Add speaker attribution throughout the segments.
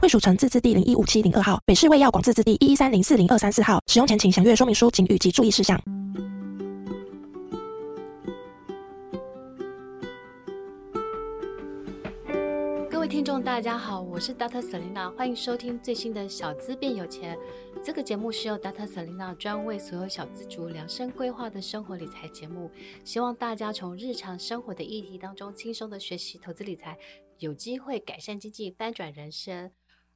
Speaker 1: 惠蜀城自治地零一五七零二号，北市卫药广自治地一一三零四零二三四号。使用前请详阅说明书、警语及注意事项。
Speaker 2: 各位听众，大家好，我是 Data Selina，欢迎收听最新的《小资变有钱》。这个节目是由 Data Selina 专为所有小资族量身规划的生活理财节目，希望大家从日常生活的议题当中轻松的学习投资理财，有机会改善经济，翻转人生。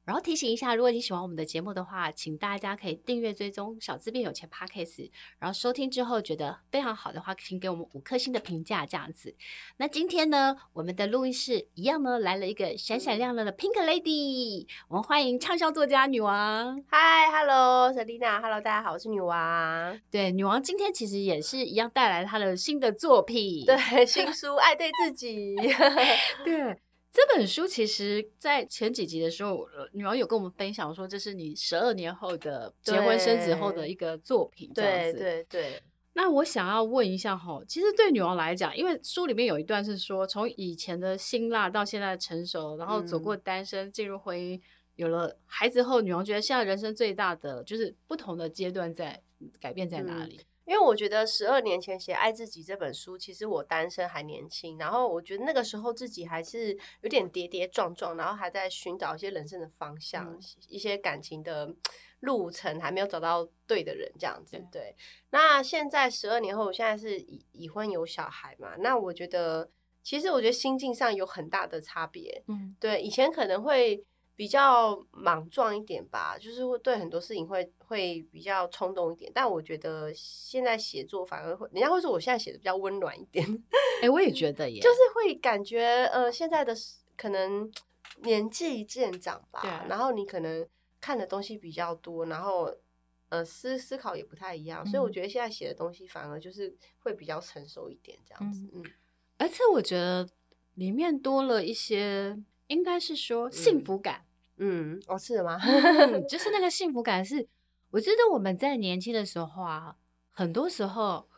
Speaker 2: 然后提醒一下，如果你喜欢我们的节目的话，请大家可以订阅追踪“小资变有钱 ”Podcast，然后收听之后觉得非常好的话，请给我们五颗星的评价，这样子。那今天呢，我们的录音室一样呢来了一个闪闪亮亮的 Pink Lady，我们欢迎畅销作家女王。
Speaker 3: 嗨，Hello，Selina，Hello，大家好，我是女王。
Speaker 2: 对，女王今天其实也是一样带来她的新的作品。
Speaker 3: 对，新书《爱对自己》
Speaker 2: 对， 这本书其实，在前几集的时候，呃女王有跟我们分享说，这是你十二年后的结婚生子后的一个作品， 这样
Speaker 3: 对。
Speaker 2: 子。
Speaker 3: 对对
Speaker 2: 那我想要问一下哈，其实对女王来讲，因为书里面有一段是说，从以前的辛辣到现在的成熟，然后走过
Speaker 3: 嗯
Speaker 2: 单身进入婚姻，有了孩子后，女王觉得现在人生最大的就是不同的阶段在改变在哪
Speaker 3: 嗯
Speaker 2: 里？
Speaker 3: 因为我觉得十二年前写《爱自己》这本书，其实我单身还年轻，然后我觉得那个时候自己还是有点跌跌撞撞，然后还在寻找一些人生的方向，
Speaker 2: 嗯
Speaker 3: 一些感情的路程还没有找到对的人，这样子。对，那现在十二年后，我现在是已已婚有小孩嘛，那我觉得其实我觉得心境上有很大的差别。
Speaker 2: 嗯，
Speaker 3: 对，以前可能会比较莽撞一点吧，就是会对很多事情会会比较冲动一点。但我觉得现在写作反而会，人家会说我现在写的比较温暖一点， 就
Speaker 2: 哎、我也觉得耶，
Speaker 3: 是会感觉呃现在的是可能年纪渐长吧，
Speaker 2: 对啊
Speaker 3: 然后你可能看的东西比较多，然后。呃，思思考也不太一样，所以我
Speaker 2: 嗯
Speaker 3: 觉得现在写的东西反而就是会比较成熟一点，这样子。嗯，
Speaker 2: 而且我觉得里面多了一些，应该是说幸福 感，
Speaker 3: 嗯，哦，是吗？
Speaker 2: 嗯就是那个幸福感是，我觉得我们在年轻的时候啊，很多时候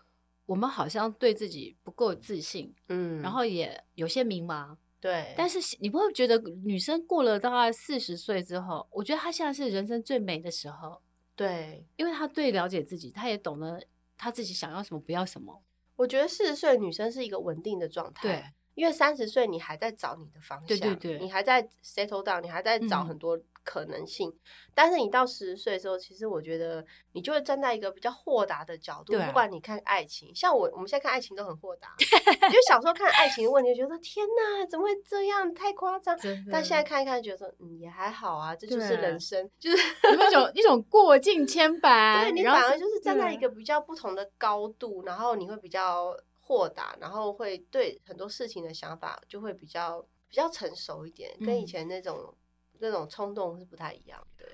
Speaker 2: 我们好像对自己不够自信，
Speaker 3: 嗯，
Speaker 2: 然后也有些迷茫。
Speaker 3: 对，
Speaker 2: 但是你不会觉得女生过了大概四十岁之后，我觉得她现在是人生最美的时候，
Speaker 3: 对，
Speaker 2: 因为她最了解自己，她也懂得她自己想要什么，不要什么。
Speaker 3: 我觉得四十岁的女生是一个稳定的状态，，因为三十岁你还在找你的方向，
Speaker 2: 对对对
Speaker 3: 你还在 settle down，你还在找
Speaker 2: 嗯
Speaker 3: 很多可能性。但是你到四十岁的时候，其实我觉得你就会站在一个比较豁达的角度，
Speaker 2: 对啊
Speaker 3: 不管你看爱情，像我我们现在看爱情都很 豁达，因为小时候看爱情的问题，觉得天哪，怎么会这样，太夸张。
Speaker 2: 真的。
Speaker 3: 但现在看一看，觉得说嗯也还好啊，这就是
Speaker 2: 对
Speaker 3: 人生，就是
Speaker 2: 有一种一种过尽千百，
Speaker 3: 对你
Speaker 2: 然后嗯
Speaker 3: 反而
Speaker 2: 是
Speaker 3: 就是站在一
Speaker 2: 对
Speaker 3: 个比较不同的高度，然后你会比较豁达，然后会对很多事情的想法就会比较比较成熟一点，跟以
Speaker 2: 嗯
Speaker 3: 前那种那种冲动是不太一样的。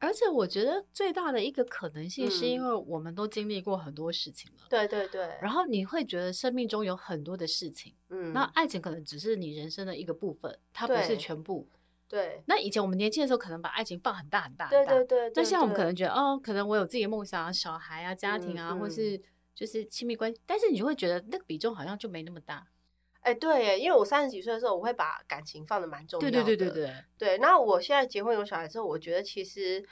Speaker 2: 而且我觉得最大的一个可能性，是因
Speaker 3: 嗯
Speaker 2: 为我们都经历过很多事情了，
Speaker 3: 对对对，
Speaker 2: 然后你会觉得生命中有很多的事情，
Speaker 3: 嗯，
Speaker 2: 那爱情可能只是你人生的一个部分，它不是
Speaker 3: 对
Speaker 2: 全部。
Speaker 3: 对
Speaker 2: 那以前我们年轻的时候，可能把爱情放很大很大
Speaker 3: 对
Speaker 2: 很大，
Speaker 3: 对对，
Speaker 2: 但
Speaker 3: 对
Speaker 2: 现在我们
Speaker 3: 对
Speaker 2: 可能觉得，哦，可能我有自己的梦想啊，小孩啊，家庭啊，
Speaker 3: 嗯
Speaker 2: 或
Speaker 3: 嗯
Speaker 2: 是就是亲密关系，但是你就会觉得那个比重好像就没那么大。
Speaker 3: 哎、对耶，因为我三十几岁的时候，我会把感情放的蛮重要
Speaker 2: 对
Speaker 3: 的，
Speaker 2: 对对对对，
Speaker 3: 对，那我现在结婚有小孩之后，我觉得其实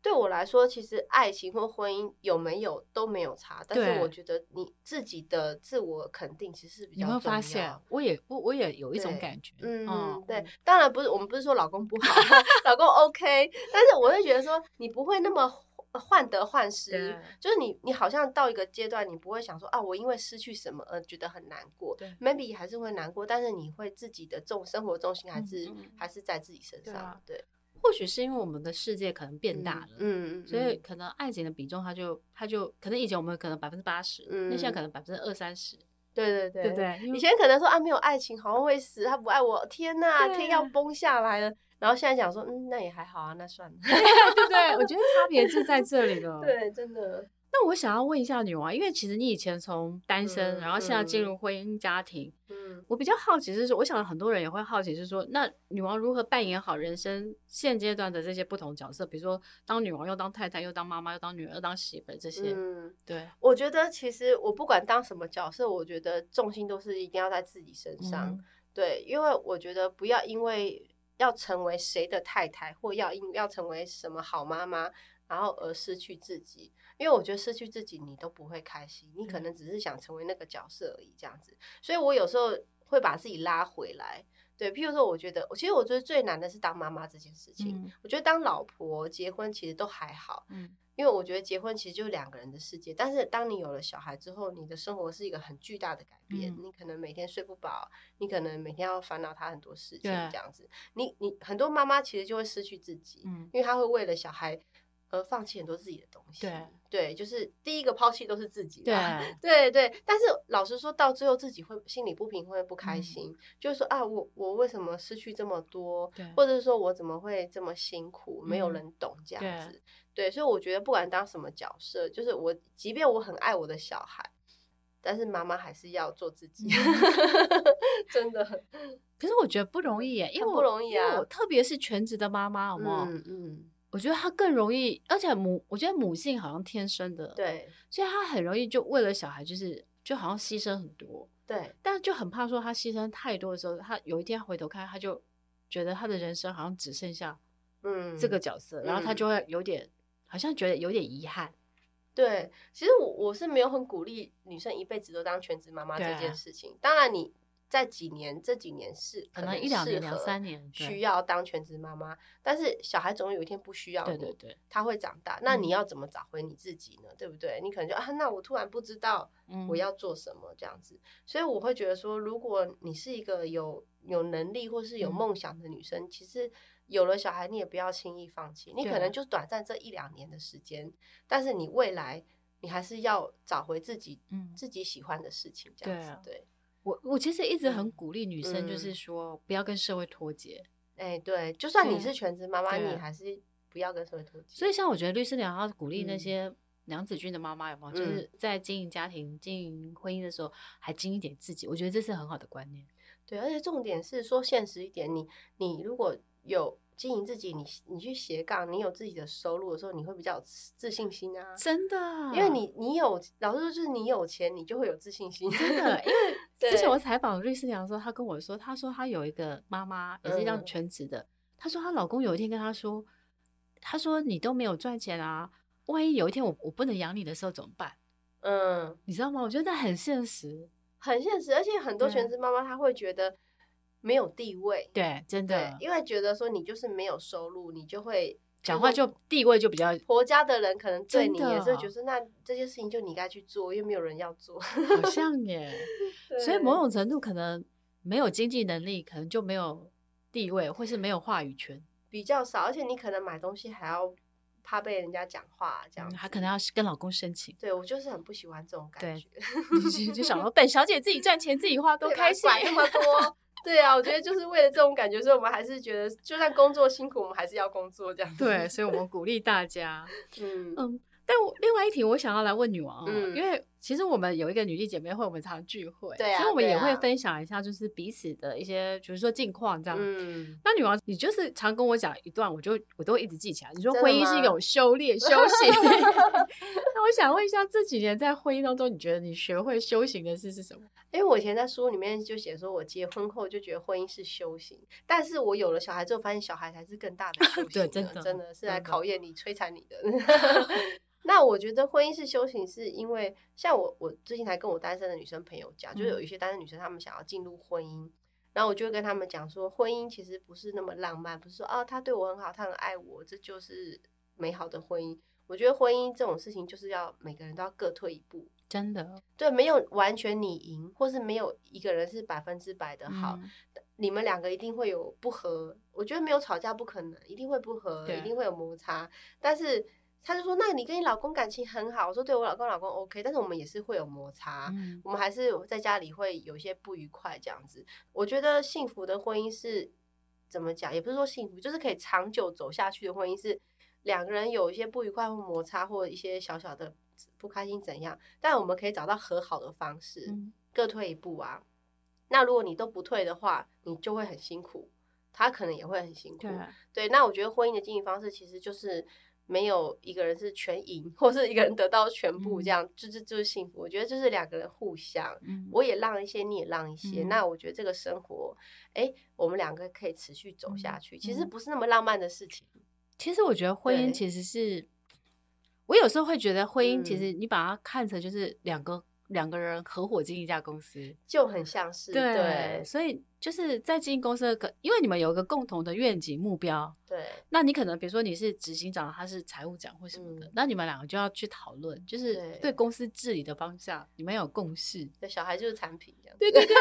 Speaker 3: 对我来说，其实爱情或婚姻有没有都没有差，但是我
Speaker 2: 对
Speaker 3: 觉得你自己的自我肯定其实是比
Speaker 2: 你
Speaker 3: 较
Speaker 2: 有没有
Speaker 3: 重
Speaker 2: 发现
Speaker 3: 要？
Speaker 2: 我也我我也有一种
Speaker 3: 对
Speaker 2: 感觉，
Speaker 3: 嗯，对，，当然不是，我们不是说老公不好， 老公 OK，但是我会觉得说你不会那么患患得患失
Speaker 2: 对，
Speaker 3: 就是你你好像到一个阶段，你不会想说啊，我因为失去什么而觉得很难过
Speaker 2: 对
Speaker 3: ，maybe 还是会难过，但是你会自己的重生活重心还
Speaker 2: 嗯
Speaker 3: 是、
Speaker 2: 嗯
Speaker 3: 还是在自己身
Speaker 2: 对
Speaker 3: 上，
Speaker 2: 啊
Speaker 3: 对，
Speaker 2: 或许是因为我们的世界可能变
Speaker 3: 嗯
Speaker 2: 大了，
Speaker 3: 嗯，嗯
Speaker 2: 所以
Speaker 3: 嗯
Speaker 2: 可能爱情的比重它就它就可能以前我们可能百分之八十，那现在可
Speaker 3: 嗯
Speaker 2: 能百分之二三十，
Speaker 3: 对对
Speaker 2: 对
Speaker 3: 对
Speaker 2: 不对？因
Speaker 3: 以
Speaker 2: 为
Speaker 3: 前可能说啊，没有爱情好像会死，他不爱我，天呐，
Speaker 2: 对
Speaker 3: 天要崩下来了。然后现在讲说，嗯，那也还好啊，那 算了。
Speaker 2: 对不对？我觉得差别就在这 里了。。
Speaker 3: 对，真的，
Speaker 2: 那我想要问一下女王，因为其实你以前从单身，
Speaker 3: 嗯
Speaker 2: 然后现在进
Speaker 3: 嗯
Speaker 2: 入婚姻家庭，
Speaker 3: 嗯，
Speaker 2: 我比较好奇是说，我想很多人也会好奇是说，那女王如何扮演好人生现阶段的这些不同角色？比如说，当女王又当太太，又当妈妈，又当女儿，又当媳妇儿这些。
Speaker 3: 嗯，
Speaker 2: 对，
Speaker 3: 我觉得其实我不管当什么角色，我觉得重心都是一定要在自己身上。
Speaker 2: 嗯
Speaker 3: 对，因为我觉得不要因为要成为谁的太太，或要因要成为什么好妈妈，然后而失去自己。因为我觉得失去自己，你都不会开心，你可能只是想成为那个角色而已，这样子。所以我有时候会把自己拉回来。对，譬如说，我觉得，其实我觉得最难的是当妈妈这件事情。
Speaker 2: 嗯
Speaker 3: 我觉得当老婆结婚其实都还好，
Speaker 2: 嗯
Speaker 3: 因为我觉得结婚其实就是两个人的世界，但是当你有了小孩之后，你的生活是一个很巨大的改变。
Speaker 2: 嗯
Speaker 3: 你可能每天睡不饱，你可能每天要烦恼他很多事情，
Speaker 2: 对
Speaker 3: 这样子。你你很多妈妈其实就会失去自己，
Speaker 2: 嗯
Speaker 3: 因为她会为了小孩而放弃很多自己的东西。
Speaker 2: 对
Speaker 3: 对，就是第一个抛弃都是自己
Speaker 2: 对
Speaker 3: 啦。 对对，但是老实说，到最后自己会心里不平衡，会不开
Speaker 2: 嗯
Speaker 3: 心，就是说啊，我我为什么失去这么多
Speaker 2: 对，
Speaker 3: 或者是说我怎么会这么辛苦，没
Speaker 2: 嗯
Speaker 3: 有人懂这
Speaker 2: 对
Speaker 3: 样子。对，所以我觉得不管当什么角色，就是我，即便我很爱我的小孩，但是妈妈还是要做
Speaker 2: 嗯
Speaker 3: 自己， 真的，
Speaker 2: 可是我觉得不容易耶，因为
Speaker 3: 很不
Speaker 2: 我
Speaker 3: 容易
Speaker 2: 因为
Speaker 3: 啊
Speaker 2: 我特别是全职的妈妈，好不好？
Speaker 3: 嗯嗯，
Speaker 2: 我觉得她更容易，而且母，我觉得母性好像天生的，，
Speaker 3: 对
Speaker 2: 所以她很容易就为了小孩，就是就好像牺牲很多，
Speaker 3: 对，
Speaker 2: 但就很怕说她牺牲太多的时候，她有一天回头看，她就觉得她的人生好像只剩下
Speaker 3: 嗯，
Speaker 2: 这个角色，然后她
Speaker 3: 嗯
Speaker 2: 就会有点好像觉得有点遗憾，
Speaker 3: 对，其实我我是没有很鼓励女生一辈子都当全职妈妈这
Speaker 2: 对啊
Speaker 3: 件事情。当然，你在几年这几年是
Speaker 2: 可能一两年
Speaker 3: 适
Speaker 2: 两
Speaker 3: 合
Speaker 2: 三年对
Speaker 3: 需要当全职妈妈，但是小孩总有一天不需要
Speaker 2: 对
Speaker 3: 你，
Speaker 2: 对对，
Speaker 3: 他会长大。那
Speaker 2: 嗯
Speaker 3: 你要怎么找回你自己呢？对不对？你可能就啊，那我突然不知道
Speaker 2: 嗯
Speaker 3: 我要做什么这样子。所以我会觉得说，如果你是一个有有能力或是有
Speaker 2: 嗯
Speaker 3: 梦想的女生，其实有了小孩，你也不要轻易放弃。你
Speaker 2: 对
Speaker 3: 可能就短暂这一两年的时间，但是你未来你还是要找回自己，
Speaker 2: 嗯
Speaker 3: 自己喜欢的事情，这样
Speaker 2: 对
Speaker 3: 子
Speaker 2: 啊。
Speaker 3: 对，
Speaker 2: 我我其实一直很
Speaker 3: 嗯
Speaker 2: 鼓励女生，就
Speaker 3: 嗯
Speaker 2: 是说不要跟社会脱节。
Speaker 3: 哎，对，就算你
Speaker 2: 对
Speaker 3: 是全职妈妈，
Speaker 2: 对啊
Speaker 3: 你还是不要跟社会脱节。
Speaker 2: 所以，像我觉得律师娘要鼓励那
Speaker 3: 嗯
Speaker 2: 些梁子君的妈妈有没有，就
Speaker 3: 嗯
Speaker 2: 是在经营家庭、经营婚姻的时候，还经营点自己，我觉得这是很好的观念。
Speaker 3: 对，而且重点是说现实一点，你你如果有经营自己，你你去斜杠，你有自己的收入的时候，你会比较有自自信心啊。
Speaker 2: 真的
Speaker 3: 因为你你有，老实说就是你有钱，你就会有自信心。
Speaker 2: 真的，因 为之前
Speaker 3: 对
Speaker 2: 我采访律师娘的时候，她跟我说，她说她有一个妈妈也是这样
Speaker 3: 嗯
Speaker 2: 全职的，她说她老公有一天跟她说，她说你都没有赚钱啊，万一有一天我我不能养你的时候怎么办？
Speaker 3: 嗯，
Speaker 2: 你知道吗？我觉得很现实。
Speaker 3: 很现实，而且很多全
Speaker 2: 对
Speaker 3: 职妈妈她会觉得没有地位，
Speaker 2: 对，真
Speaker 3: 对
Speaker 2: 的，，
Speaker 3: 因为觉得说你就是没有收入，你就会
Speaker 2: 讲话就地位就比 较
Speaker 3: 婆家的人可能对
Speaker 2: 真
Speaker 3: 你也是
Speaker 2: 的
Speaker 3: 觉得，那这些事情就你该去做，因为没有人要做。
Speaker 2: 好像耶。 所以
Speaker 3: 对
Speaker 2: 某种程度可能没有经济能力，可能就没有地位，或是没有话语权，
Speaker 3: 比较少，而且你可能买东西还要怕被人家讲话，啊这
Speaker 2: 嗯
Speaker 3: 样子。
Speaker 2: 还可能要跟老公申请
Speaker 3: 对我就是很不喜欢这种感
Speaker 2: 对
Speaker 3: 觉，
Speaker 2: 就就想说，本小姐自己赚钱自己花多
Speaker 3: 对吧啊
Speaker 2: 开心。
Speaker 3: 管那么多。对啊，我觉得就是为了这种感觉，所以我们还是觉得，就算工作辛苦，我们还是要工作这样。
Speaker 2: 对，，所以我们鼓励大家。
Speaker 3: 嗯
Speaker 2: 嗯，但我另外一题，我想要来问女王哦，
Speaker 3: 嗯
Speaker 2: 因为其实我们有一个女力姐妹会，我们常聚会，
Speaker 3: 对啊
Speaker 2: 所以我们
Speaker 3: 对
Speaker 2: 也会
Speaker 3: 啊
Speaker 2: 分享一下，就是彼此的一些，比如说近况这样。
Speaker 3: 嗯，
Speaker 2: 那女王，你就是常跟我讲一段，我就我都一直记起来。你说
Speaker 3: 真的
Speaker 2: 婚姻是一
Speaker 3: 吗
Speaker 2: 种修炼、修 行。那我想问一下，这几年在婚姻当中，你觉得你学会修行的事是什么？
Speaker 3: 因为我以前在书里面就写说，我结婚后就觉得婚姻是修行，但是我有了小孩之后，发现小孩才是更大的修行
Speaker 2: 对
Speaker 3: 呢，
Speaker 2: 真的
Speaker 3: 真的是
Speaker 2: 真
Speaker 3: 来
Speaker 2: 的
Speaker 3: 考验你、摧残你 的。 那我觉得婚姻是修行，是因为像我，我最近才跟我单身的女生朋友讲，
Speaker 2: 嗯
Speaker 3: 就是有一些单身女生她们想要进入婚姻，然后我就会跟她们讲说，婚姻其实不是那么浪漫，不是说啊他对我很好，他很爱我，这就是美好的婚姻。我觉得婚姻这种事情就是要每个人都要各退一步，
Speaker 2: 真的
Speaker 3: 对，没有完全你赢，或是没有一个人是百分之百的好，
Speaker 2: 好，
Speaker 3: 你们两个一定会有不和。我觉得没有吵架不可能，一定会不和，
Speaker 2: 对
Speaker 3: 一定会有摩擦。但是他就说，那你跟你老公感情很好，我说对我老公老公 OK，但是我们也是会有摩擦。
Speaker 2: 嗯
Speaker 3: 我们还是在家里会有一些不愉快这样子。我觉得幸福的婚姻是怎么讲，也不是说幸福，就是可以长久走下去的婚姻是两个人有一些不愉快或摩擦或一些小小的不开心怎样，但我们可以找到和好的方式，
Speaker 2: 嗯
Speaker 3: 各退一步啊。那如果你都不退的话，你就会很辛苦，他可能也会很辛苦
Speaker 2: 对。
Speaker 3: 对，那我觉得婚姻的经营方式其实就是没有一个人是全赢，或是一个人得到全部，这样、就是就是幸福。我觉得就是两个人互相，
Speaker 2: 嗯
Speaker 3: 我也让一些，你也让一些。
Speaker 2: 嗯
Speaker 3: 那我觉得这个生活，哎，我们两个可以持续走下
Speaker 2: 嗯
Speaker 3: 去，其实
Speaker 2: 嗯
Speaker 3: 不是那么浪漫的事情。
Speaker 2: 其实我觉得婚姻
Speaker 3: 对
Speaker 2: 其实是，我有时候会觉得婚姻其
Speaker 3: 嗯
Speaker 2: 实你把它看成就是两个两个人合伙经营一家公司，
Speaker 3: 就很像是对
Speaker 2: 所以就是在经营公司的个，因为你们有一个共同的愿景目标，
Speaker 3: 对
Speaker 2: 那你可能比如说你是执行长，他是财务长或什么的，
Speaker 3: 嗯
Speaker 2: 那你们两个就要去讨论，就是
Speaker 3: 对
Speaker 2: 对公司治理的方向，你们要有共 识，
Speaker 3: 对，小孩就是产品这样。
Speaker 2: 对对对，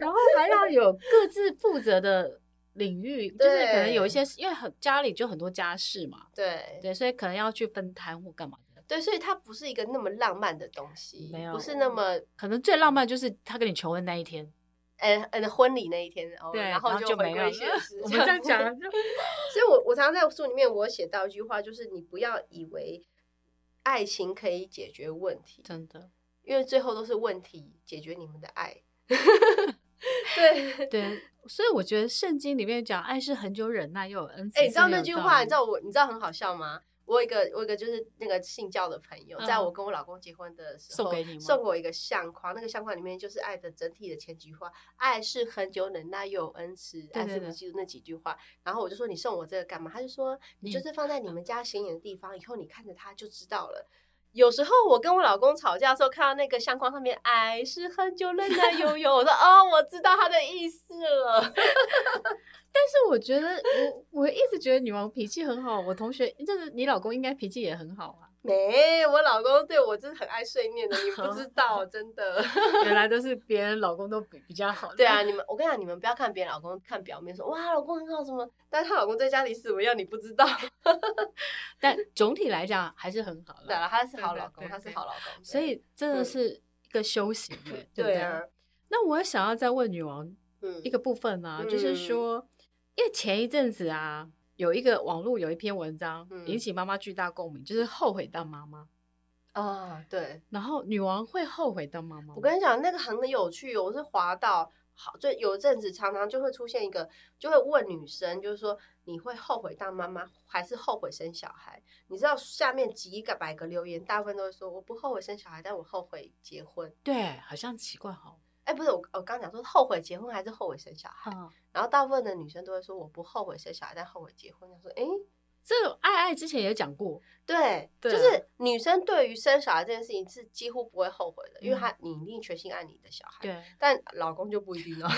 Speaker 2: 然后还要有各自负责的领域，就是可能有一些，因为很家里就很多家事嘛，
Speaker 3: 对
Speaker 2: 对，所以可能要去分摊或干嘛的。
Speaker 3: 对，所以它不是一个那么浪漫的东西
Speaker 2: 没，有
Speaker 3: 不是那么
Speaker 2: 可能最浪漫就是他跟你求婚那一天，
Speaker 3: 呃呃婚礼那一天，哦，
Speaker 2: 对，
Speaker 3: 然后
Speaker 2: 就
Speaker 3: 回
Speaker 2: 没有
Speaker 3: 归
Speaker 2: 了
Speaker 3: 现 实。。
Speaker 2: 我们这样讲就，
Speaker 3: 所以我我常常在书里面，我有写到一句话，就是你不要以为爱情可以解决问题，
Speaker 2: 真的，
Speaker 3: 因为最后都是问题解决你们的爱。 对。
Speaker 2: 对，所以我觉得圣经里面讲爱是很久忍耐又有恩慈。
Speaker 3: 哎、你知道
Speaker 2: 是很
Speaker 3: 那
Speaker 2: 有
Speaker 3: 句
Speaker 2: 道
Speaker 3: 话，
Speaker 2: 理
Speaker 3: 你知道我，你知道很好笑吗？我有一个，我有一个就是那个信教的朋友，在
Speaker 2: 嗯
Speaker 3: 我跟我老公结婚的时候，
Speaker 2: 送给你吗
Speaker 3: 送我一个相框，那个相框里面就是爱的整体的前几句话，爱是恒久忍耐又有恩慈，爱
Speaker 2: 对
Speaker 3: 是
Speaker 2: 对
Speaker 3: 不记住那几句话。然后我就说你送我这个干嘛？他就说你就
Speaker 2: 你嗯
Speaker 3: 是放在你们家显眼的地方，以后你看着它就知道了。有时候我跟我老公吵架的时候，看到那个相框上面“爱是恒久忍耐又 有”，我说哦，我知道他的意思了。
Speaker 2: 但是我觉得我我一直觉得女王脾气很好，我同学就是你老公应该脾气也很好 啊，
Speaker 3: 没，我老公对我就是很爱睡面的，你们不知道，真的。
Speaker 2: 原来都是别人老公都比比较好。
Speaker 3: 对啊，你们，我跟你讲，你们不要看别人老公，看表面说哇，老公很好什么，但是她老公在家里死么样，你不知 道。
Speaker 2: 但总体来讲还是很好
Speaker 3: 对
Speaker 2: 的。
Speaker 3: 了，他是好
Speaker 2: 对啊
Speaker 3: 老
Speaker 2: 对
Speaker 3: 公，他是
Speaker 2: 对
Speaker 3: 好老公。
Speaker 2: 所以真的
Speaker 3: 嗯
Speaker 2: 是一个修行耶，对不
Speaker 3: 对
Speaker 2: 对
Speaker 3: 啊，
Speaker 2: 那我想要再问女王
Speaker 3: 嗯，
Speaker 2: 一个部分啊，就是
Speaker 3: 嗯
Speaker 2: 说，因为前一阵子啊，有一个网络有一篇文章
Speaker 3: 嗯
Speaker 2: 引起妈妈巨大共鸣，就是后悔当妈妈。
Speaker 3: 啊，对，
Speaker 2: 然后女王会后悔当妈妈吗，
Speaker 3: 嗯我跟你讲，那个很有趣哦，我是滑到好，就有一阵子常常就会出现一个，就会问女生，就是说你会后悔当妈妈，还是后悔生小孩？你知道下面几个百个留言，大部分都会说我不后悔生小孩，但我后悔结婚。
Speaker 2: 对，好像奇怪哈、
Speaker 3: 哎，不是我，我刚讲说后悔结婚还是后悔生小孩，
Speaker 2: 嗯，
Speaker 3: 然后大部分的女生都会说我不后悔生小孩，但后悔结婚。她说，哎，
Speaker 2: 这爱爱之前也讲过，
Speaker 3: 对，
Speaker 2: 对
Speaker 3: 就
Speaker 2: 啊
Speaker 3: 是女生对于生小孩这件事情是几乎不会后悔的，因为她你一定全心爱你的小孩，
Speaker 2: 嗯对，
Speaker 3: 但老公就不一 定了。哦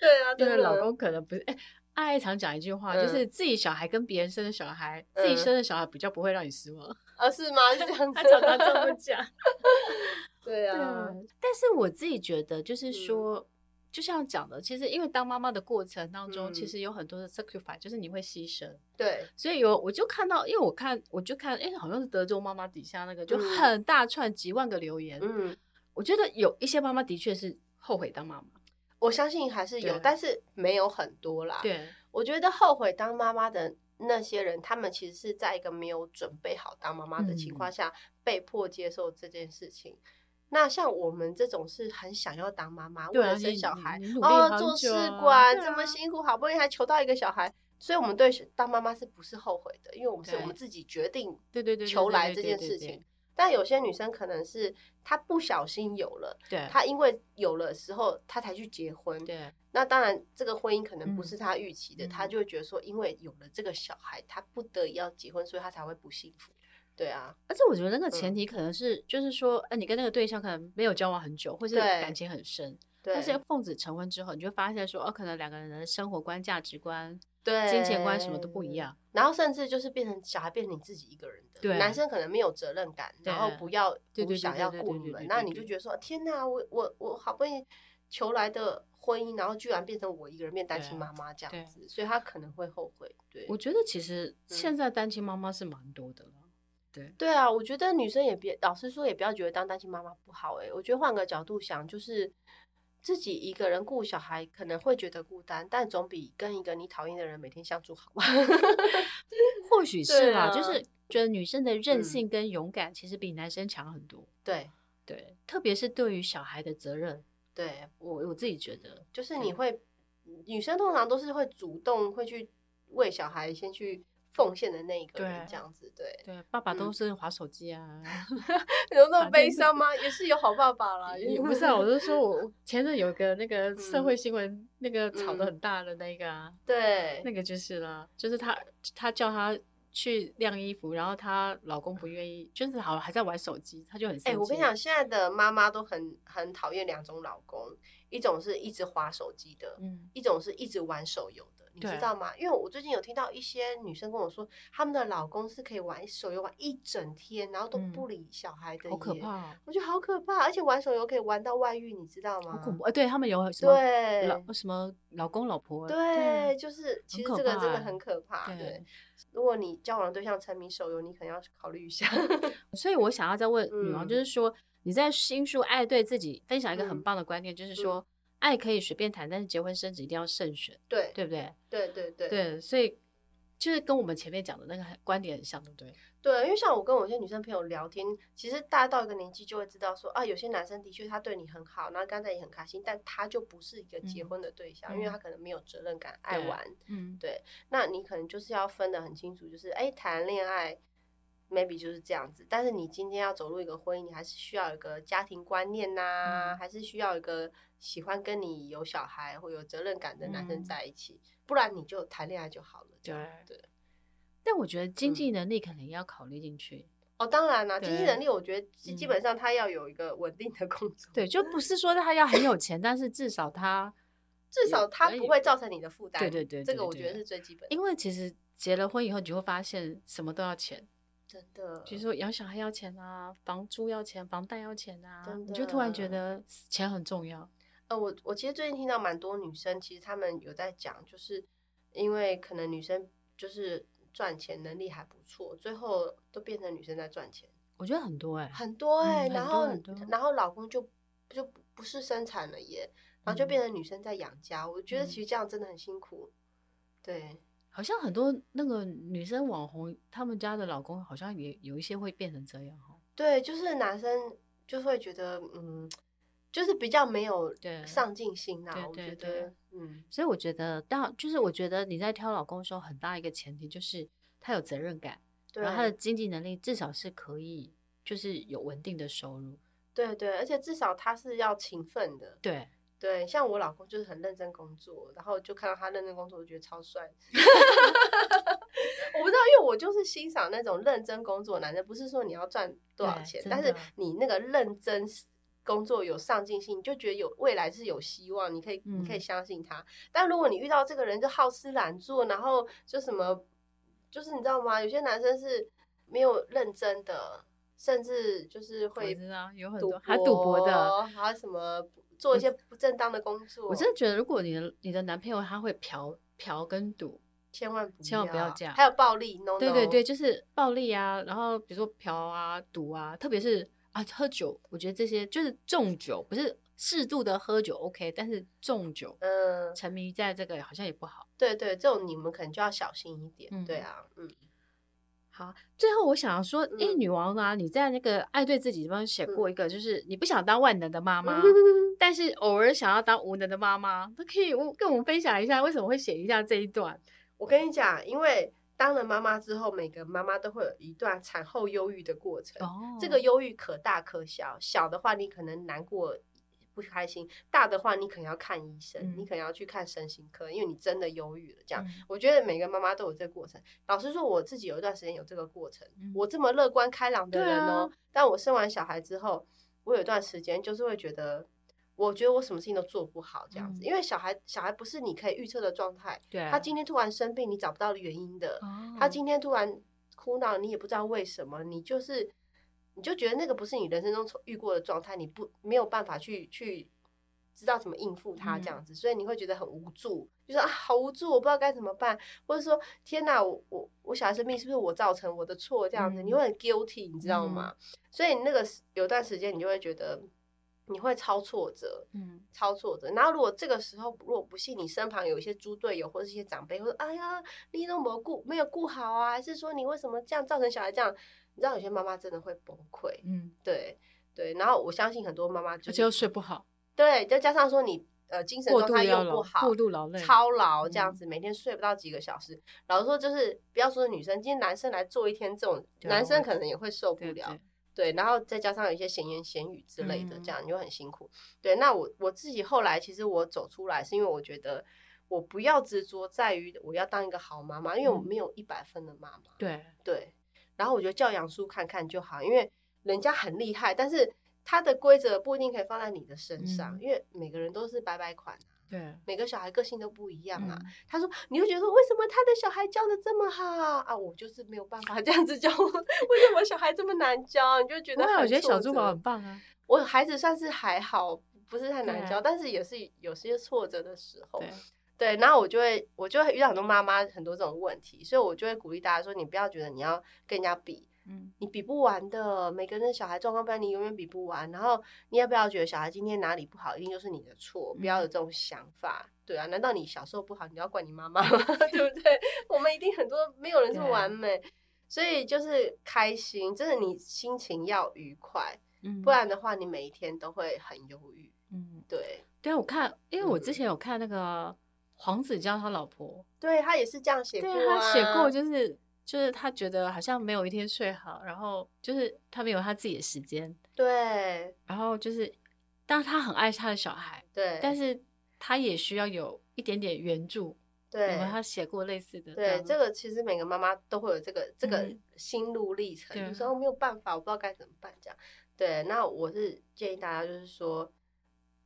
Speaker 3: 对啊，
Speaker 2: 就
Speaker 3: 真
Speaker 2: 是
Speaker 3: 的
Speaker 2: 老公可能不是，哎，爱爱常讲一句话，就
Speaker 3: 嗯
Speaker 2: 是自己小孩跟别人生的小孩，自己
Speaker 3: 嗯
Speaker 2: 生的小孩比较不会让你失望，
Speaker 3: 啊是吗？是这样子，
Speaker 2: 他常常这么讲。
Speaker 3: 对
Speaker 2: 对
Speaker 3: 啊，，
Speaker 2: 但是我自己觉得，
Speaker 3: 嗯
Speaker 2: 就是说，就像讲的，其实因为当妈妈的过程当中，其
Speaker 3: 嗯
Speaker 2: 实有很多的 sacrifice，就是你会牺牲。
Speaker 3: 对
Speaker 2: 所以有我就看到，因为我看我就看，哎、好像是德州妈妈底下那个，就
Speaker 3: 嗯
Speaker 2: 很大串几万个留言。
Speaker 3: 嗯，
Speaker 2: 我觉得有一些妈妈的确是后悔当妈妈。
Speaker 3: 我相信还是有，
Speaker 2: 对
Speaker 3: 但是没有很多啦。，
Speaker 2: 对，
Speaker 3: 我觉得后悔当妈妈的那些人，他们其实是在一个没有准备好当妈妈的情
Speaker 2: 嗯
Speaker 3: 况下，被迫接受这件事情。那像我们这种是很想要当妈妈，为
Speaker 2: 对啊
Speaker 3: 了生
Speaker 2: 你
Speaker 3: 小孩
Speaker 2: 你努力
Speaker 3: 哦，
Speaker 2: 很
Speaker 3: 做
Speaker 2: 久
Speaker 3: 试
Speaker 2: 啊
Speaker 3: 管
Speaker 2: 对
Speaker 3: 这么
Speaker 2: 啊
Speaker 3: 辛苦，好不容易还求到一个小孩，所以我们对当妈妈是不是后悔的？因为我们是
Speaker 2: 对
Speaker 3: 我们自己决定
Speaker 2: 对对对对
Speaker 3: 求
Speaker 2: 对
Speaker 3: 来
Speaker 2: 对
Speaker 3: 这
Speaker 2: 对
Speaker 3: 件
Speaker 2: 对
Speaker 3: 事
Speaker 2: 对
Speaker 3: 情。但有些女生可能是她不小心有了，
Speaker 2: 对，
Speaker 3: 她因为有了时候她才去结婚，
Speaker 2: 对
Speaker 3: 那当然，这个婚姻可能不
Speaker 2: 嗯
Speaker 3: 是他预期的，他
Speaker 2: 嗯
Speaker 3: 就会觉得说，因为有了这个小孩，他不得已要结婚，所以他才会不幸福。对啊，
Speaker 2: 而且我觉得那个前提可能是，就是说，哎、你跟那个对象可能没有交往很久，或是
Speaker 3: 对
Speaker 2: 感情很深，
Speaker 3: 对，
Speaker 2: 但是奉子成婚之后，你就会发现说，哦，可能两个人的生活观、价值观，
Speaker 3: 对
Speaker 2: 金钱观什么都不一样。
Speaker 3: 然后甚至就是变成小孩变成你自己一个人的，
Speaker 2: 对
Speaker 3: 男生可能没有责任感，然后
Speaker 2: 对
Speaker 3: 不要
Speaker 2: 对对
Speaker 3: 不
Speaker 2: 对
Speaker 3: 想
Speaker 2: 对
Speaker 3: 要
Speaker 2: 对
Speaker 3: 顾
Speaker 2: 对
Speaker 3: 你
Speaker 2: 对
Speaker 3: 们，
Speaker 2: 对
Speaker 3: 那
Speaker 2: 对
Speaker 3: 你就
Speaker 2: 对
Speaker 3: 觉得说，天哪，我我我好不容易求来的婚姻，然后居然变成我一个人变单亲
Speaker 2: 对
Speaker 3: 妈妈这
Speaker 2: 对
Speaker 3: 样子，所以他可能会后悔。对，
Speaker 2: 我觉得其实现在单亲妈妈是蛮多的了。对，
Speaker 3: 对啊，我觉欸得女生也别，老实说也不要觉得当单亲妈妈不好诶、我觉得换个角度想，就是自己一个人顾小孩可能会觉得孤单，但总比跟一个你讨厌的人每天相处好吧？
Speaker 2: 或许是
Speaker 3: 对
Speaker 2: 啦、就
Speaker 3: 啊
Speaker 2: 是觉得女生的韧
Speaker 3: 嗯
Speaker 2: 性跟勇敢其实比男生强很多。
Speaker 3: 对
Speaker 2: 对，特别是对于小孩的责任，
Speaker 3: 对，
Speaker 2: 我我自己觉得，
Speaker 3: 就是你
Speaker 2: 对
Speaker 3: 会，女生通常都是会主动会去为小孩先去奉献的那一个人，
Speaker 2: 对
Speaker 3: 这样子对。
Speaker 2: 对，爸爸都
Speaker 3: 嗯
Speaker 2: 是划手机啊，
Speaker 3: 有那么
Speaker 2: 反
Speaker 3: 悲
Speaker 2: 正
Speaker 3: 伤吗？也是有好爸爸 啦，
Speaker 2: 也不是啊，我是说我前阵有个那个社会新闻，那个吵得
Speaker 3: 嗯
Speaker 2: 很大的那个啊，
Speaker 3: 对，
Speaker 2: 那个就是啦，就是她她叫她去晾衣服，然后她老公不愿意，就是好还在玩手机，她就很生气。
Speaker 3: 哎、我跟你讲，，现在的妈妈都很很讨厌两种老公，一种是一直划手机的，
Speaker 2: 嗯，
Speaker 3: 一种是一直玩手游的，你知
Speaker 2: 对
Speaker 3: 道吗？因为我最近有听到一些女生跟我说，她们的老公是可以玩手游玩一整天，然后都
Speaker 2: 嗯
Speaker 3: 不理小孩的、
Speaker 2: 好可！怕哦，
Speaker 3: 我觉得好可怕，而且玩手游可以玩到外遇，你知道吗？
Speaker 2: 好恐怖！哎，对他们有什么
Speaker 3: 对，
Speaker 2: 老什么老公老婆，
Speaker 3: 对，就是其实
Speaker 2: 可
Speaker 3: 这个
Speaker 2: 怕
Speaker 3: 真的
Speaker 2: 欸
Speaker 3: 很可怕。
Speaker 2: 对
Speaker 3: 对，如果你交往对象沉迷手游，你可能要考虑一下。
Speaker 2: 所以我想要再问女王，
Speaker 3: 嗯
Speaker 2: 就是说你在新书《爱对自己》分享一个很
Speaker 3: 嗯
Speaker 2: 棒的观念，就是说爱可以随便谈，但是结婚生子一定要慎选，
Speaker 3: 对
Speaker 2: 对不对？
Speaker 3: 对对对
Speaker 2: 对，所以就是跟我们前面讲的那个观点很像，对不对？
Speaker 3: 对，因为像我跟我一些女生朋友聊天，其实大家到一个年纪就会知道说啊，有些男生的确他对你很好，然后刚才也很开心，但他就不是一个结
Speaker 2: 嗯
Speaker 3: 婚的对象，因为
Speaker 2: 嗯
Speaker 3: 他可能没有责任感，爱
Speaker 2: 对
Speaker 3: 玩。
Speaker 2: 嗯，
Speaker 3: 那你可能就是要分得很清楚，就是哎，谈恋爱 maybe 就是这样子，但是你今天要走入一个婚姻，你还是需要有个家庭观念呐、
Speaker 2: 嗯
Speaker 3: 还是需要一个喜欢跟你有小孩或有责任感的男生
Speaker 2: 嗯
Speaker 3: 在一起，不然你就谈恋爱就好了。这样对。
Speaker 2: 但我觉得经
Speaker 3: 嗯
Speaker 2: 济能力可能也要考虑进去，
Speaker 3: 哦，当然啦，经济
Speaker 2: 对
Speaker 3: 能力我觉得基基
Speaker 2: 嗯
Speaker 3: 本上他要有一个稳定的工作，
Speaker 2: 对，就不是说他要很有钱，但是至少他，
Speaker 3: 至少他
Speaker 2: 可以
Speaker 3: 不会造成你的负担。
Speaker 2: 对对对
Speaker 3: 这
Speaker 2: 对
Speaker 3: 个我
Speaker 2: 对
Speaker 3: 觉得是最基本的。
Speaker 2: 因为其实结了婚以后，你就会发现什么都要钱，
Speaker 3: 真的，
Speaker 2: 比如说养小孩要钱啊，房租要钱，房贷要钱啊
Speaker 3: 真，
Speaker 2: 你就突然觉
Speaker 3: 的
Speaker 2: 得钱很重要。
Speaker 3: 呃，我我其实最近听到蛮多女生，其实她们有在讲，就是因为可能女生就是赚钱能力还不错，最后都变成女生在赚钱，
Speaker 2: 我觉得很多哎、
Speaker 3: 很多
Speaker 2: 嗯
Speaker 3: 哎、
Speaker 2: 很
Speaker 3: 然
Speaker 2: 多
Speaker 3: 后
Speaker 2: 很多
Speaker 3: 然后老公就就不不是生产了耶，然后就
Speaker 2: 嗯
Speaker 3: 变成女生在养家，我觉得
Speaker 2: 嗯
Speaker 3: 其实这样真的很辛苦，对。
Speaker 2: 好像很多那个女生网红，她们家的老公好像也有一些会变成这样哈。
Speaker 3: 对，就是男生就会觉得，嗯，就是比较没有
Speaker 2: 对
Speaker 3: 上进心呐、
Speaker 2: 对
Speaker 3: 我
Speaker 2: 对
Speaker 3: 觉
Speaker 2: 对
Speaker 3: 得，嗯，
Speaker 2: 所以我觉得，当就是我觉得你在挑老公的时候，很大一个前提就是他有责任感，
Speaker 3: 对
Speaker 2: 然，后他的经济能力至少是可以，就是有稳定的收入。
Speaker 3: 对对，而且至少他是要勤奋的。
Speaker 2: 对，
Speaker 3: 对，像我老公就是很认真工作，然后就看到他认真工作，我觉得超帅。 我不知道，因为我就是欣赏那种认真工作的男人，不是说你要赚多少
Speaker 2: 对
Speaker 3: 钱，
Speaker 2: 真
Speaker 3: 但是
Speaker 2: 的
Speaker 3: 你那个认真工作有上进心，你就觉得有未来是有希望，你可以你可以
Speaker 2: 嗯
Speaker 3: 相信他。但如果你遇到这个人就好吃懒做，然后就什么，就是你知道吗？有些男生是没有认真的，甚至就是会
Speaker 2: 我知道有很
Speaker 3: 赌
Speaker 2: 多还赌博的。
Speaker 3: 还有什么做一些不正当的工作，
Speaker 2: 嗯我真的觉得，如果你的你的男朋友他会嫖嫖跟赌，
Speaker 3: 千万不
Speaker 2: 千万不要这样
Speaker 3: 还有暴力，no no，
Speaker 2: 对对对，，就是暴力啊，然后比如说嫖啊、赌啊，特别是啊喝酒，我觉得这些就是重酒，不是适度的喝酒 OK，但是重酒
Speaker 3: 嗯，
Speaker 2: 沉迷在这个好像也不好。
Speaker 3: 对对，这种你们可能就要小心一点，
Speaker 2: 嗯
Speaker 3: 对啊，嗯，
Speaker 2: 好，最后我想要说，哎、
Speaker 3: 嗯
Speaker 2: 女王啊，你在那个《爱对自己》里面写过一个，就是你不想当万能的妈 妈，但是偶尔想要当无能的妈妈，那可以我跟我们分享一下为什么会写一下这一段？
Speaker 3: 我跟你讲，因为当了妈妈之后，每个妈妈都会有一段产后忧郁的过程，
Speaker 2: 哦
Speaker 3: 这个忧郁可大可小，小的话你可能难过。不开心，大的话你可能要看医生，
Speaker 2: 嗯
Speaker 3: 你可能要去看身心科，因为你真的忧郁了。这样，
Speaker 2: 嗯
Speaker 3: 我觉得每个妈妈都有这个过程。老实说，我自己有一段时间有这个过程。
Speaker 2: 嗯
Speaker 3: 我这么乐观开朗的
Speaker 2: 对
Speaker 3: 人
Speaker 2: 啊
Speaker 3: 哦，但我生完小孩之后，我有一段时间就是会觉得，我觉得我什么事情都做不好这样子，
Speaker 2: 嗯
Speaker 3: 因为小孩小孩不是你可以预测的状态，
Speaker 2: 对啊
Speaker 3: 他今天突然生病，你找不到原因的，
Speaker 2: 哦
Speaker 3: 他今天突然哭闹，你也不知道为什么，你就是你就觉得那个不是你人生中遇过的状态，你不没有办法去去知道怎么应付
Speaker 2: 嗯
Speaker 3: 他这样子，所以你会觉得很无助，就是啊好无助，我不知道该怎么办，或者说天哪，我我我小孩生病是不是我造成我的错这样子，
Speaker 2: 嗯
Speaker 3: 你会很 guilty，你知道吗？所以你那个时有段时间你就会觉得。你会超挫折，
Speaker 2: 嗯，
Speaker 3: 超挫折。然后如果这个时候如果不信你身旁有一些猪队友或者是一些长辈，会说：“哎呀，你都没顾没有顾好啊，还是说你为什么这样造成小孩这样？”你知道有些妈妈真的会崩溃，
Speaker 2: 嗯，
Speaker 3: 对对。然后我相信很多妈妈就
Speaker 2: 而
Speaker 3: 是
Speaker 2: 且又睡不好，
Speaker 3: 对，再加上说你呃精神
Speaker 2: 过
Speaker 3: 状
Speaker 2: 度
Speaker 3: 态又
Speaker 2: 要
Speaker 3: 不
Speaker 2: 劳
Speaker 3: 好，
Speaker 2: 过度劳累
Speaker 3: 超劳这样
Speaker 2: 嗯
Speaker 3: 子，每天睡不到几个小时。老实说，就是不要说女生，今天男生来做一天这种，
Speaker 2: 对啊
Speaker 3: 男生
Speaker 2: 我
Speaker 3: 可能也会受不
Speaker 2: 对
Speaker 3: 了
Speaker 2: 对。
Speaker 3: 对，然后再加上有一些闲言闲语之类的，
Speaker 2: 嗯
Speaker 3: 这样你就很辛苦。对，那我我自己后来其实我走出来，是因为我觉得我不要执着在于我要当一个好妈妈，因为我
Speaker 2: 嗯
Speaker 3: 没有一百分的妈妈。
Speaker 2: 对，
Speaker 3: 对，然后我觉得教养书看看就好，因为人家很厉害，但是他的规则不一定可以放在你的身上，
Speaker 2: 嗯
Speaker 3: 因为每个人都是百百款啊、
Speaker 2: 对，
Speaker 3: 每个小孩个性都不一样啊。
Speaker 2: 嗯
Speaker 3: 他说，你会觉得说为什么他的小孩教的这么好啊？我就是没有办法这样子教， 为什么小孩这么难教？你就觉得
Speaker 2: 不会啊
Speaker 3: 很
Speaker 2: 我觉得小
Speaker 3: 挫
Speaker 2: 猪
Speaker 3: 折
Speaker 2: 宝很棒啊。
Speaker 3: 我孩子算是还好，不是太
Speaker 2: 对
Speaker 3: 难
Speaker 2: 啊
Speaker 3: 教，但是也是有些挫折的时候。
Speaker 2: 对，
Speaker 3: 对，然后我就会，我就会遇到很多妈妈很多这种问题，所以我就会鼓励大家说，你不要觉得你要跟人家比，
Speaker 2: 嗯，
Speaker 3: 你比不完的，每个人的小孩状况，不然你永远比不完。然后你也不要觉得小孩今天哪里不好，一定就是你的错，不要有这种想法。对啊，难道你小时候不好，你要怪你妈妈吗？ 对不对？我们一定很多，没有人是
Speaker 2: 对啊
Speaker 3: 完美，所以就是开心，真的你心情要愉快，
Speaker 2: 嗯
Speaker 3: 不然的话你每一天都会很忧郁。
Speaker 2: 嗯，
Speaker 3: 对，
Speaker 2: 对啊，我看，因为我
Speaker 3: 嗯
Speaker 2: 之前有看那个黄子佼他老婆，
Speaker 3: 对他也是这样写过、啊，
Speaker 2: 对他写过，就是就是他觉得好像没有一天睡好，然后就是他没有他自己的时间，
Speaker 3: 对
Speaker 2: 然后就是，当然他很爱他的小孩，
Speaker 3: 对，
Speaker 2: 但是他也需要有一点点援助。有
Speaker 3: 对
Speaker 2: 没有他写过类似的样
Speaker 3: 对
Speaker 2: 子？
Speaker 3: 这个其实每个妈妈都会有这个这个
Speaker 2: 嗯
Speaker 3: 心路历程，
Speaker 2: 对
Speaker 3: 就
Speaker 2: 啊
Speaker 3: 说哦没有办法，我不知道该怎么办这样。对，那我是建议大家就是说。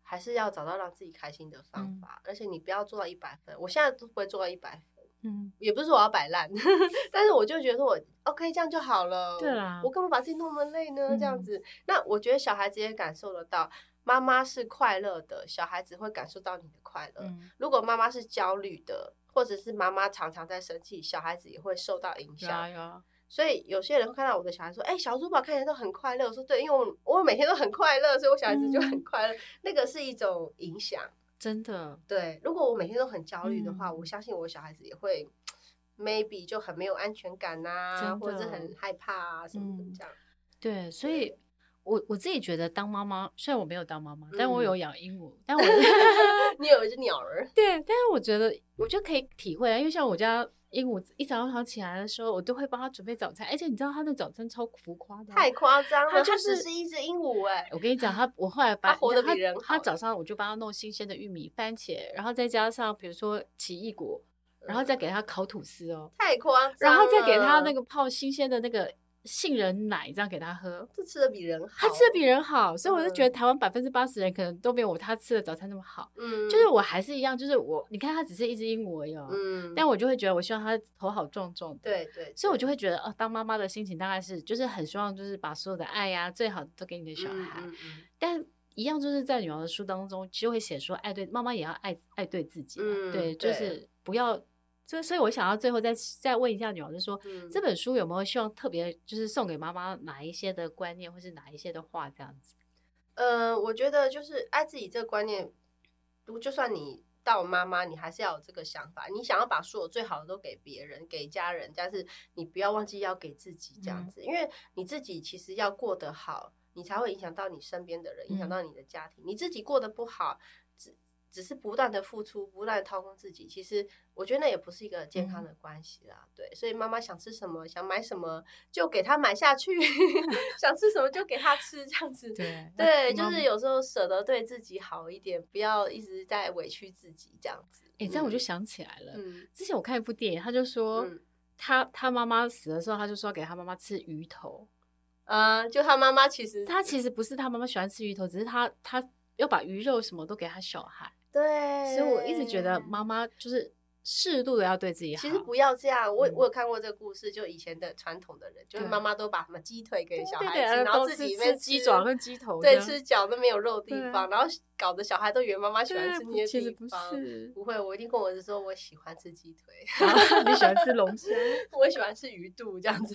Speaker 3: 还是要找到让自己开心的方
Speaker 2: 嗯
Speaker 3: 法，而且你不要做到一百分。我现在都不会做到一百分，
Speaker 2: 嗯，
Speaker 3: 也不是说我要摆烂， 但是我就觉得说我 OK 这样就好了。
Speaker 2: 对啦
Speaker 3: 我干嘛把自己弄那么累呢？这样
Speaker 2: 嗯
Speaker 3: 子，那我觉得小孩子也感受得到，妈妈是快乐的，小孩子会感受到你的快乐。
Speaker 2: 嗯
Speaker 3: 如果妈妈是焦虑的，或者是妈妈常常在生气，小孩子也会受到影
Speaker 2: 有啊
Speaker 3: 响。
Speaker 2: 有啊，
Speaker 3: 所以有些人会看到我的小孩说：“哎、小珠宝看起来都很快乐。”我说：“对，因为我我每天都很快乐，所以我小孩子就
Speaker 2: 嗯
Speaker 3: 很快乐。那个是一种影响。
Speaker 2: 真的，
Speaker 3: 对，如果我每天都很焦虑的话，
Speaker 2: 嗯
Speaker 3: 我相信我小孩子也会 maybe 就很没有安全感呐、
Speaker 2: 真的
Speaker 3: 或者是很害怕啊什么的
Speaker 2: 嗯
Speaker 3: 这样。
Speaker 2: 对，所以我我自己觉得当妈妈，虽然我没有当妈妈，但我有
Speaker 3: 嗯
Speaker 2: 养鹦鹉，但我
Speaker 3: 你有一只鸟儿，
Speaker 2: 对，但是我觉得我就可以体会啊，因为像我家鹦鹉一早上起来的时候，我都会帮它准备早餐，而且你知道它的早餐超浮夸的啊，
Speaker 3: 太夸张了，
Speaker 2: 它就
Speaker 3: 它只
Speaker 2: 是
Speaker 3: 是一只鹦鹉哎、
Speaker 2: 我跟你讲，他我后来把
Speaker 3: 他活
Speaker 2: 你知
Speaker 3: 得
Speaker 2: 道
Speaker 3: 比人好
Speaker 2: 他早上我就帮他弄新鲜的玉米、番茄，然后再加上比如说奇异果，然后再
Speaker 3: 嗯
Speaker 2: 给他烤吐司哦，
Speaker 3: 太夸张，
Speaker 2: 然后再给他那
Speaker 3: 个，
Speaker 2: 个泡新鲜的那个杏仁奶，这样给他喝。
Speaker 3: 这吃的比人好，
Speaker 2: 他吃的比人好，所以我就觉得
Speaker 3: 嗯
Speaker 2: 台湾百分之八十人可能都没有我他吃的早餐那么好。
Speaker 3: 嗯，
Speaker 2: 就是我还是一样，就是我，你看他只是一只鹦鹉而已哦，
Speaker 3: 嗯，
Speaker 2: 但我就会觉得我希望他头好壮壮的。
Speaker 3: 对对，
Speaker 2: 所以我就会觉得，哦，当妈妈的心情大概是，就是很希望就是把所有的爱呀、最好的都给你的
Speaker 3: 对
Speaker 2: 小
Speaker 3: 嗯
Speaker 2: 孩。
Speaker 3: 嗯嗯
Speaker 2: 但一样就是在女王的书当中，就会写说，爱对妈妈也要爱爱对自己嘛，
Speaker 3: 嗯
Speaker 2: 对，就
Speaker 3: 对
Speaker 2: 是不要。所以，所以我想要最后再再问一下女王，就是说、
Speaker 3: 嗯
Speaker 2: 这本书有没有希望特别就是送给妈妈哪一些的观念，或是哪一些的话这样子？
Speaker 3: 呃，我觉得就是爱自己这个观念，如就算你到妈妈，你还是要有这个想法，你想要把所有最好的都给别人、给家人，但是你不要忘记要给自己这样
Speaker 2: 嗯
Speaker 3: 子，因为你自己其实要过得好，你才会影响到你身边的人，影响
Speaker 2: 嗯
Speaker 3: 到你的家庭。你自己过得不好，只只是不断的付出，不断的掏空自己，其实我觉得那也不是一个健
Speaker 2: 嗯
Speaker 3: 康的关系啦。对，所以妈妈想吃什么，想买什么就给她买下去， 想吃什么就给她吃，这样子。
Speaker 2: 对
Speaker 3: 对，就是。有时候舍得对自己好一点，不要一直在委屈自己这样子。
Speaker 2: 哎、这样我就
Speaker 3: 嗯，
Speaker 2: 想起来了，
Speaker 3: 嗯，
Speaker 2: 之前我看一部电影，他就说、
Speaker 3: 嗯
Speaker 2: 他他妈妈死的时候，他就说给他妈妈吃鱼头，
Speaker 3: 呃，就他妈妈其实
Speaker 2: 他其实不是他妈妈喜欢吃鱼头，只是他他要把鱼肉什么都给他小孩。
Speaker 3: 对，
Speaker 2: 所以我一直觉得妈妈就是适度的要对自己好。
Speaker 3: 哎
Speaker 2: 嗯
Speaker 3: 其实不要这样，我我有看过这个故事，就以前的传统的人，就是
Speaker 2: 对
Speaker 3: 妈妈都把什么鸡腿给小
Speaker 2: 对
Speaker 3: 孩
Speaker 2: 对
Speaker 3: 吃，
Speaker 2: 对
Speaker 3: 然后
Speaker 2: 都
Speaker 3: 自
Speaker 2: 是
Speaker 3: 己
Speaker 2: 吃
Speaker 3: 在
Speaker 2: 鸡爪和鸡头这
Speaker 3: 对，
Speaker 2: 样
Speaker 3: 吃脚都没有肉的地
Speaker 2: 对
Speaker 3: 方，然后搞得小孩都以为妈妈喜欢
Speaker 2: 对
Speaker 3: 吃
Speaker 2: 不
Speaker 3: 那些
Speaker 2: 其实
Speaker 3: 地
Speaker 2: 不
Speaker 3: 方。
Speaker 2: 是，
Speaker 3: 不会，我一定跟我儿子说，我喜欢吃鸡腿，
Speaker 2: 你喜欢吃龙虾，
Speaker 3: 我喜欢吃鱼肚这样子。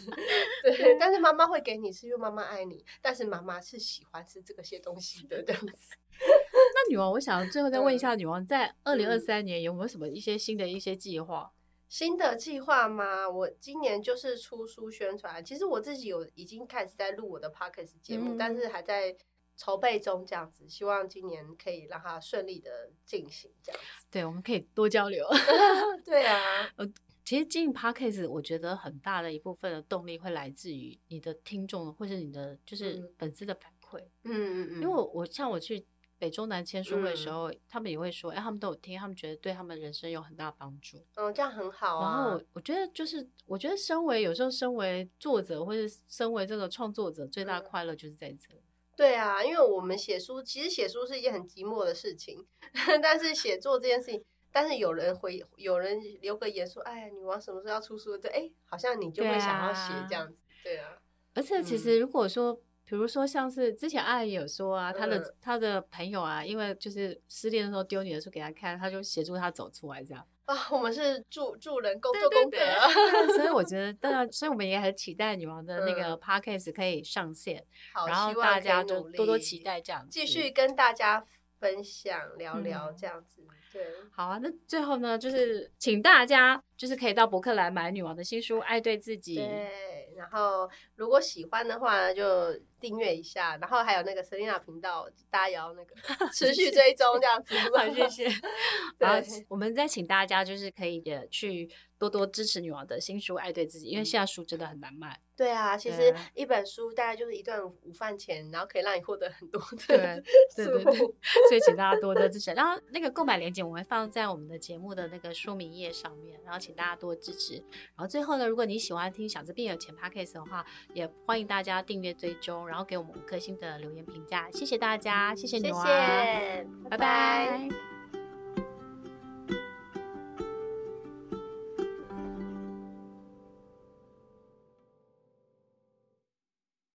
Speaker 3: 对，但是妈妈会给你吃，因为妈妈爱你。但是妈妈是喜欢吃这个些东西的，这样子。
Speaker 2: 那女王，我想最后再问一下女王，在二零二
Speaker 3: 嗯
Speaker 2: 三年有没有什么一些新的一些计划？
Speaker 3: 新的计划吗？我今年就是出书宣传。其实我自己有已经开始在录我的 podcast 节目，
Speaker 2: 嗯
Speaker 3: 但是还在筹备中，这样子。希望今年可以让它顺利的进行，这样子。
Speaker 2: 对，我们可以多交 流。
Speaker 3: 对啊，
Speaker 2: 其实经营 podcast，我觉得很大的一部分的动力会来自于你的听众或者你的就是
Speaker 3: 嗯
Speaker 2: 粉丝的反馈。
Speaker 3: 嗯嗯
Speaker 2: 因
Speaker 3: 嗯，
Speaker 2: 为我我像我去北中南签书会的时
Speaker 3: 嗯
Speaker 2: 候，他们也会说，哎，他们都有听，他们觉得对他们人生有很大帮助。
Speaker 3: 嗯这样很好
Speaker 2: 然
Speaker 3: 啊。
Speaker 2: 后我我觉得就是，我觉得身为有时候身为作者或者身为这个创作者，最大的
Speaker 3: 嗯
Speaker 2: 快乐就是在这里。
Speaker 3: 对啊，因为我们写书，其实写书是一件很寂寞的事情， 但是写作这件事情，但是有人回，有人留个言说，哎，女王什么时候要出书？对，哎，好像你就会
Speaker 2: 对
Speaker 3: 想要写
Speaker 2: 啊
Speaker 3: 这样子，对啊，
Speaker 2: 而且其实
Speaker 3: 嗯
Speaker 2: 如果说，比如说像是之前艾也有说啊，他的
Speaker 3: 嗯
Speaker 2: 他的朋友啊，因为就是失恋的时候丢你的书给他看，他就协助他走出来这 样。
Speaker 3: 啊，我们是助助人工
Speaker 2: 对
Speaker 3: 做
Speaker 2: 对啊
Speaker 3: 功德，
Speaker 2: 对所以我觉得，当然，所以我们也很期待女王的那个
Speaker 3: 嗯
Speaker 2: podcast 可以上线，
Speaker 3: 好，
Speaker 2: 然后
Speaker 3: 希望
Speaker 2: 大
Speaker 3: 可以
Speaker 2: 家就
Speaker 3: 努力
Speaker 2: 多多期待，这样
Speaker 3: 继
Speaker 2: 子
Speaker 3: 续跟大家分享聊聊
Speaker 2: 嗯
Speaker 3: 这样子，对。
Speaker 2: 好啊，那最后呢，就是请大家就是可以到博客来买女王的新书《爱对自己》。
Speaker 3: 对， 然后如果喜欢的话呢，就订阅一下，然后还有那个 Selina 频道，大家也 要那个持续追踪这样子。
Speaker 2: 好，谢谢。然后
Speaker 3: 对
Speaker 2: 我们再请大家就是可以也去多多支持女王的新书《爱对自己》，
Speaker 3: 嗯
Speaker 2: 因为现在书真的很难卖。
Speaker 3: 对啊，其
Speaker 2: 对
Speaker 3: 实一本书大概就是一顿午饭钱，然后可以让你获得很多
Speaker 2: 对
Speaker 3: 的
Speaker 2: 对
Speaker 3: 书
Speaker 2: 对对，所以请大家多多支持。然后那个购买链接我们会放在我们的节目的那个说明页上面，然后请大家多支持。然后最后呢，如果你喜欢听小资变有钱 Podcast 的话，也欢迎大家订阅追踪，然后给我们五颗星的留言评价，谢谢大家，谢谢
Speaker 3: 谢
Speaker 2: 女
Speaker 3: 谢
Speaker 2: 王，，拜
Speaker 3: 拜拜
Speaker 2: 拜